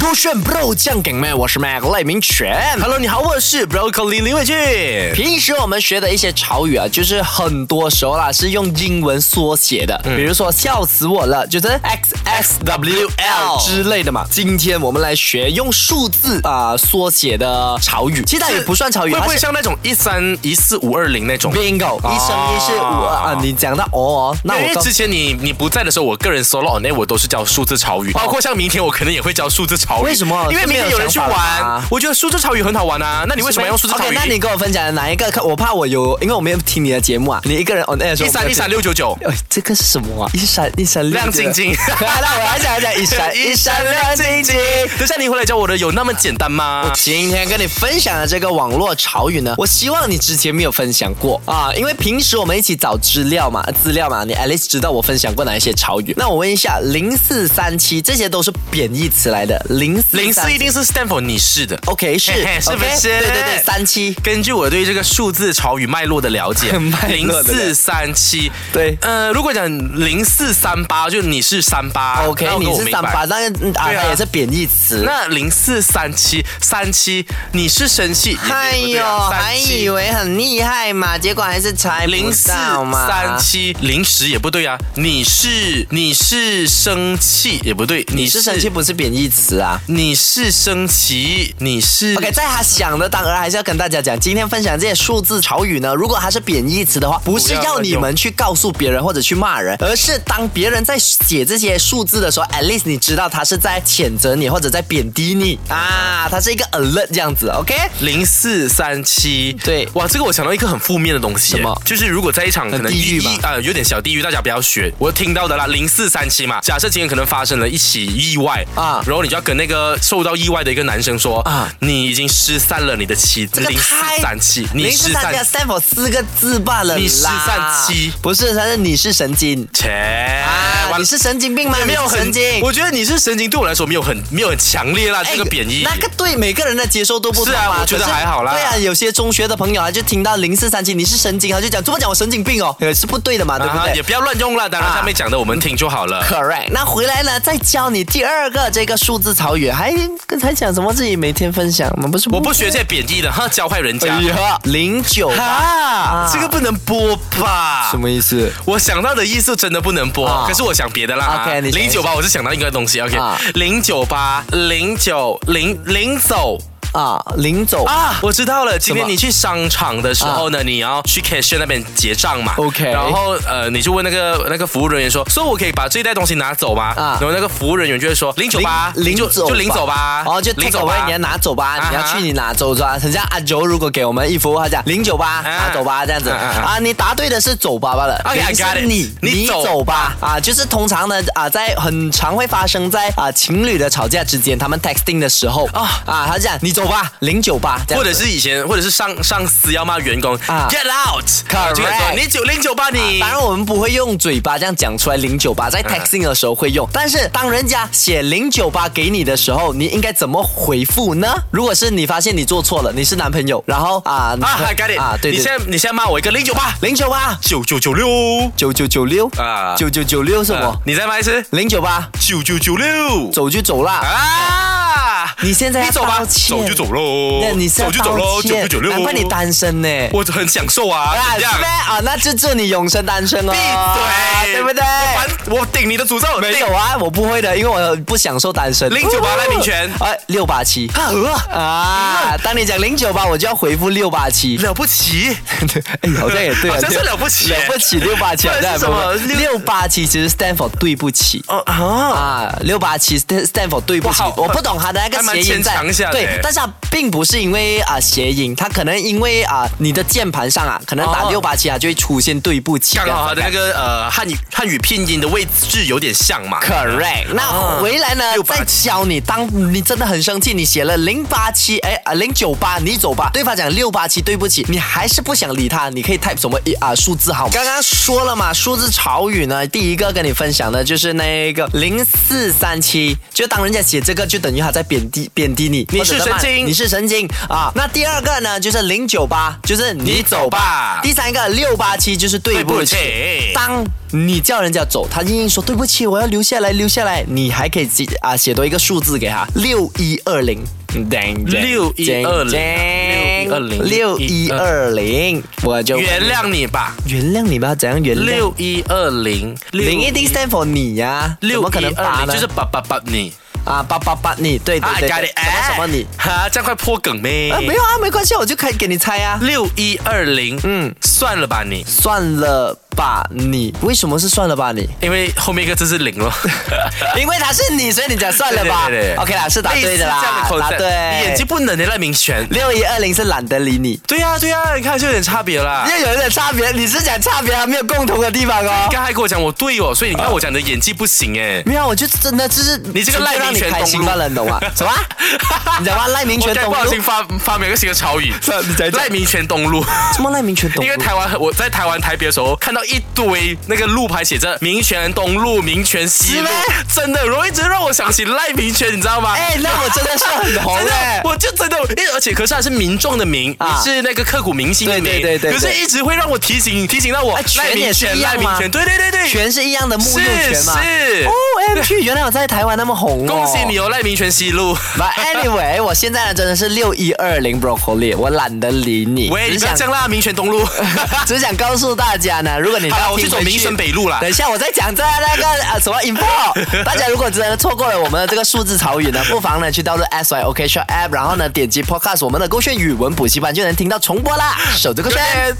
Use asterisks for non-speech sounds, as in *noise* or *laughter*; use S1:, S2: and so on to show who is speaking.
S1: 不炫 bro 酱梗妹，我是 Mac 赖明全。
S2: Hello，你好，我是 Broccoli 林伟俊。
S1: 平时我们学的一些潮语啊，就是很多时候啦是用英文缩写的，
S2: 嗯
S1: 比如说笑死我了，就是 X X W L 之类的嘛。今天我们来学用数字啊、缩写的潮语，其实它哦也不算潮语，
S2: 会不
S1: 它
S2: 会
S1: 是
S2: 像那种一三一四五二零那种？
S1: bingo 一生一世五二啊？你讲到哦哦，那
S2: 哦因
S1: 我
S2: 为
S1: 告
S2: 之前你你不在的时候，我个人 solo 那我都是教数字潮语，包括像明天我可能也会教数字潮语。
S1: 哦为什么
S2: 因为明天有人去
S1: 这样没有想法
S2: 玩
S1: 吗，
S2: 我觉得数字潮语很好玩啊。那你为什么要用数字潮
S1: o
S2: 语
S1: k 那你跟我分享哪一个？可我怕我有，因为我没有听你的节目啊。你一个人 on air 的时候
S2: 一三一三六九九，
S1: 哎，这个是什么啊？一闪一闪
S2: 亮晶
S1: *laughs*
S2: 晶
S1: 那我来讲一讲一
S2: *laughs*
S1: 闪一闪亮晶晶。
S2: 等一下你回来教我的有那么简单吗？
S1: 今天跟你分享的这个网络潮语呢，我希望你之前没有分享过啊，因为平时我们一起找资料嘛，资料嘛，你 at least 知道我分享过哪一些潮语。那我问一下，零四三七这些都是贬义词来的，零四
S2: 零四一定是 stand for 你是的。
S1: OK 是
S2: 嘿嘿是不
S1: OK，
S2: 是
S1: 对对对，三七，
S2: 根据我对这个数字潮语脉络的了解
S1: *laughs* 脉
S2: 零
S1: 络的了解
S2: 四三七，
S1: 对
S2: 呃，如果讲零四三八，就你是三八
S1: OK，你是三八，。那个嗯啊，
S2: 对啊
S1: 它也是贬义词。
S2: 那零四三七三七，你是生气？
S1: 哎呦，
S2: 啊
S1: 还以为很厉害嘛，结果还是猜
S2: 零
S1: 不
S2: 四
S1: 到嘛。
S2: 三七零食也不对啊，你是你是生气也不对，你
S1: 你是生气不是贬义词啊
S2: 你是升旗，你是
S1: ？OK，在他想的当然还是要跟大家讲，今天分享这些数字潮语呢，如果它是贬义词的话，不是要你们去告诉别人或者去骂人，而是当别人在写这些数字的时候，at least 你知道他是在谴责你或者在贬低你啊，它是一个 alert 这样子，OK？
S2: 零四三七，
S1: 对
S2: 哇，这个我想到一个很负面的东西耶，
S1: 什么
S2: 就是如果在一场可能
S1: 地狱
S2: 一
S1: 吧
S2: 一呃有点小地狱，大家不要学。我听到的啦，零四三七嘛，假设今天可能发生了一起意外
S1: 啊
S2: 啊，然后你就要跟那个受到意外的一个男生说
S1: 啊
S2: 啊，你已经失散了你的妻子，
S1: 这个
S2: 零四
S1: 太
S2: 三七，你
S1: 零四
S2: 失
S1: 三
S2: 散
S1: 七啊 stand for 四个字罢了啦。
S2: 你失散七
S1: 不是，他是你是神经
S2: 切，
S1: 啊，
S2: 完
S1: 你是神经病吗？
S2: 没有
S1: 你是
S2: 很
S1: 神经。
S2: 我觉得你是神经，对我来说没有很没有很强烈啦，这个贬义。
S1: 哎那个对每个人的接受都不
S2: 是
S1: 同
S2: 啊
S1: 嘛
S2: 我觉得
S1: 可是
S2: 还好啦
S1: 对啊，有些中学的朋友啊，就听到零四三七你是神经啊，就讲怎么讲我神经病哦， *laughs* 呃是不对的嘛，对不
S2: 啊哈
S1: 对
S2: 也？不要乱用啦，当然
S1: 啊
S2: 上面讲的我们听就好了。
S1: Correct，那回来呢，再教你第二个这个数字潮语，还刚才讲什么自己每天分享，我们不是
S2: 我不学这贬义的，哈，教坏人
S1: 哎
S2: 家。
S1: 零九
S2: 啊，这个不能播吧？
S1: 什？么意思？
S2: 我想到的意思真的不能播，
S1: 啊
S2: 可是我想别的啦。
S1: OK，你想一
S2: 零
S1: 下
S2: 九八，我是想到一个东西。OK，
S1: 啊
S2: 零九八零九零零走
S1: 啊，零走
S2: 啊，我知道了。今天
S1: 什么啊
S2: 你去商场的时候呢，你要去 cashier 那边结账嘛。
S1: OK
S2: 然后呃，你就问那个那个服务人员说，所以我可以把这一袋东西拿走吗？
S1: 啊
S2: 然后那个服务人员就会说零九八，
S1: 零
S2: 就
S1: 走
S2: 就领走吧。
S1: 哦，就 take
S2: 领走
S1: away，
S2: 吧
S1: 你要拿走吧，
S2: 啊哈
S1: 你要去你拿走是吧？很像阿九如果给我们一幅，他讲零九八拿走吧这样子
S2: 啊啊啊
S1: 啊，你答对的是走吧吧了，
S2: OK，I
S1: 零是
S2: got it
S1: 你
S2: 你
S1: 你
S2: 走
S1: 走吧啊，就是通常呢啊，在很常会发生在啊情侣的吵架之间，他们 texting 的时候啊
S2: 啊
S1: 啊，他讲你走吧，零九八，这样
S2: 或
S1: 子
S2: 者是以前，或者是上上司要骂员工、
S1: 啊
S2: get out，
S1: Correct 啊
S2: 就跟他说你九零九八你。
S1: 当然，我们不会用嘴巴这样讲出来零九八，在
S2: 嗯
S1: texting 的时候会用。但是当人家写零九八给你的时候，你应该怎么回复呢？如果是你发现你做错了，你是男朋友，然后啊
S2: 啊，I got it！
S1: 啊，对
S2: 你现
S1: 对，
S2: 在你现在骂我一个零九八
S1: 零九八
S2: 九九九六
S1: 九九九六
S2: 啊
S1: 九九九六什么？
S2: 你再骂一次
S1: 零九八
S2: 九九九六
S1: 走就走啦。
S2: 啊！
S1: 你现在要
S2: 你走吧，
S1: 道歉
S2: 走就走喽，
S1: 那你是要
S2: 走就走
S1: 道
S2: 喽，九
S1: 歉
S2: 九九六，
S1: 难怪你单身呢。
S2: 我很享受啊，
S1: 啊，
S2: 怎
S1: 是
S2: 样
S1: 呗？啊，那就祝你永生单身哦。
S2: 闭嘴，
S1: 对不对？
S2: 我还我顶你的诅咒，
S1: *laughs* 没
S2: 顶
S1: 有啊，我不会的，因为我不享受单身。
S2: 098赖明权
S1: 哎，六八七啊！当你讲零九八，我就要回复六八七。
S2: 了不起，
S1: 哎，好像也 *laughs* 对啊，
S2: 好像是了不起
S1: 了不起六八七，
S2: 不然是
S1: 好
S2: 什
S1: 像
S2: 么
S1: 也不会六八七其实 stand for 对不起。
S2: 哦啊，
S1: 啊，六八七 stand for 对不起
S2: 哇，好
S1: 我不懂它的那个
S2: 还蛮
S1: 谐音
S2: 牵
S1: 在
S2: 强一下，的
S1: 对
S2: 欸，
S1: 但是它并不是因为啊谐音，它可能因为啊你的键盘上啊，可能打
S2: 哦
S1: 六八七啊就会出现对不起，啊
S2: 刚好他
S1: 这
S2: 的
S1: 样
S2: 那
S1: 子
S2: 个呃汉语汉语拼音的位置有点像嘛。
S1: Correct。那
S2: 啊哦
S1: 回来呢，再
S2: 687
S1: 教你，当你真的很生气，你写了零八七，哎啊零九八，你走吧。对方讲六八七，对不起，你还是不想理他，你可以 type 什么一啊数字好吗？刚刚说了嘛，数字潮语呢，第一个跟你分享的就是那个零四三七，就当人家写这个，就等于他在贬低贬低你，
S2: 你
S1: 或者
S2: 是
S1: 在骂
S2: 神经
S1: 你是神经啊。那第二个呢，就是零九八，就是你
S2: 你走吧
S1: 第三个六八七就是对不起。
S2: 对不起
S1: 当你叫人家走，他硬硬说对不起，我要留下来，留下来，你还可以写啊写多一个数字给他，六一二零。
S2: 6120
S1: 六一二零，我就
S2: 原谅你吧，
S1: 原谅你吧，怎样原谅？
S2: 六一二零
S1: 零一定 stand for 你呀、怎
S2: 六
S1: 么可能
S2: 一
S1: 八
S2: 二
S1: 呢？
S2: 零就是八八八你
S1: 啊，八八八你，对对
S2: 啊
S1: 对，
S2: ，got
S1: 对
S2: it，哎
S1: 什么什么你？
S2: 哈，这样快破梗咩？
S1: 啊，没有啊，没关系，我就可以给你猜啊。
S2: 六一二零，
S1: 嗯
S2: 嗯，算了吧你，
S1: 算了吧你，为什么是算了吧你？
S2: 因为后面一个字是
S1: *laughs*
S2: 零了。
S1: 因为他是你，所以你讲算了吧。
S2: 对对对对
S1: OK 啦，是答对的
S2: 类似
S1: 啦，
S2: 这样的 concept
S1: 答对。
S2: 你眼睛不能的赖明权。
S1: 六一二零是懒得理你，
S2: 对呀对呀，你看就有点差别
S1: *laughs*
S2: 啦。
S1: 又有一点差别，你是讲差别还没有共同的地方哦
S2: 你。刚才跟我讲我对哦，所以你看我讲的演技不行哎。
S1: 没有，我就真的就是
S2: 你这个赖
S1: 让
S2: 明
S1: 你
S2: 权
S1: 开
S2: 东
S1: 心
S2: 路
S1: 罢了，你懂吗？ *laughs* 什么？啊你讲吗？赖明
S2: 我
S1: 权
S2: 该
S1: 东
S2: 不小
S1: 路
S2: 心？发发明一个新的潮语
S1: *laughs* 是啊你讲一，讲
S2: 赖明权东路。
S1: 什么赖明权东
S2: 因为
S1: 路？
S2: 台湾，我在台湾台北的时候，看到一堆那个路牌写着“民权东路”“民权西路
S1: 是吗”，
S2: 真的，然后一直让我想起赖民权，你知道吗？
S1: 哎，那 *laughs* 我真的是很红
S2: 真的
S1: 哎，。
S2: 我就真的，因为而且可是还是民众的民，
S1: 啊
S2: 你是那个刻骨铭心的民，
S1: 对对对对对
S2: 可是一直会让我提醒提醒到我
S1: 哎权
S2: 赖
S1: 也
S2: 民
S1: 是
S2: 权
S1: 一样
S2: 赖民
S1: 吗
S2: 权，对对对对，
S1: 全是一样的木
S2: 是
S1: 六全嘛。
S2: 是
S1: 哦，M G 原来我在台湾那么红
S2: 恭
S1: 哦。
S2: 喜你哦，赖民权西路。
S1: But anyway，我现在呢真的是六一二零 broccoli，我懒得理你。
S2: 喂，你
S1: 只
S2: 不要
S1: 想
S2: 这样啦，民权东路。
S1: 只想告诉大家呢，如果 *laughs* 你
S2: 好啦
S1: 要
S2: 我去
S1: 听
S2: 走
S1: 回
S2: 民生北路啦
S1: 等一下我再讲这那个呃什么 info。大家如果真的错过了我们的这个数字潮语呢，不妨呢去到这 S Y O K Shop App，然后呢点击 Podcast 我们的勾选语文补习班就能听到重播啦。守着勾选。
S2: 对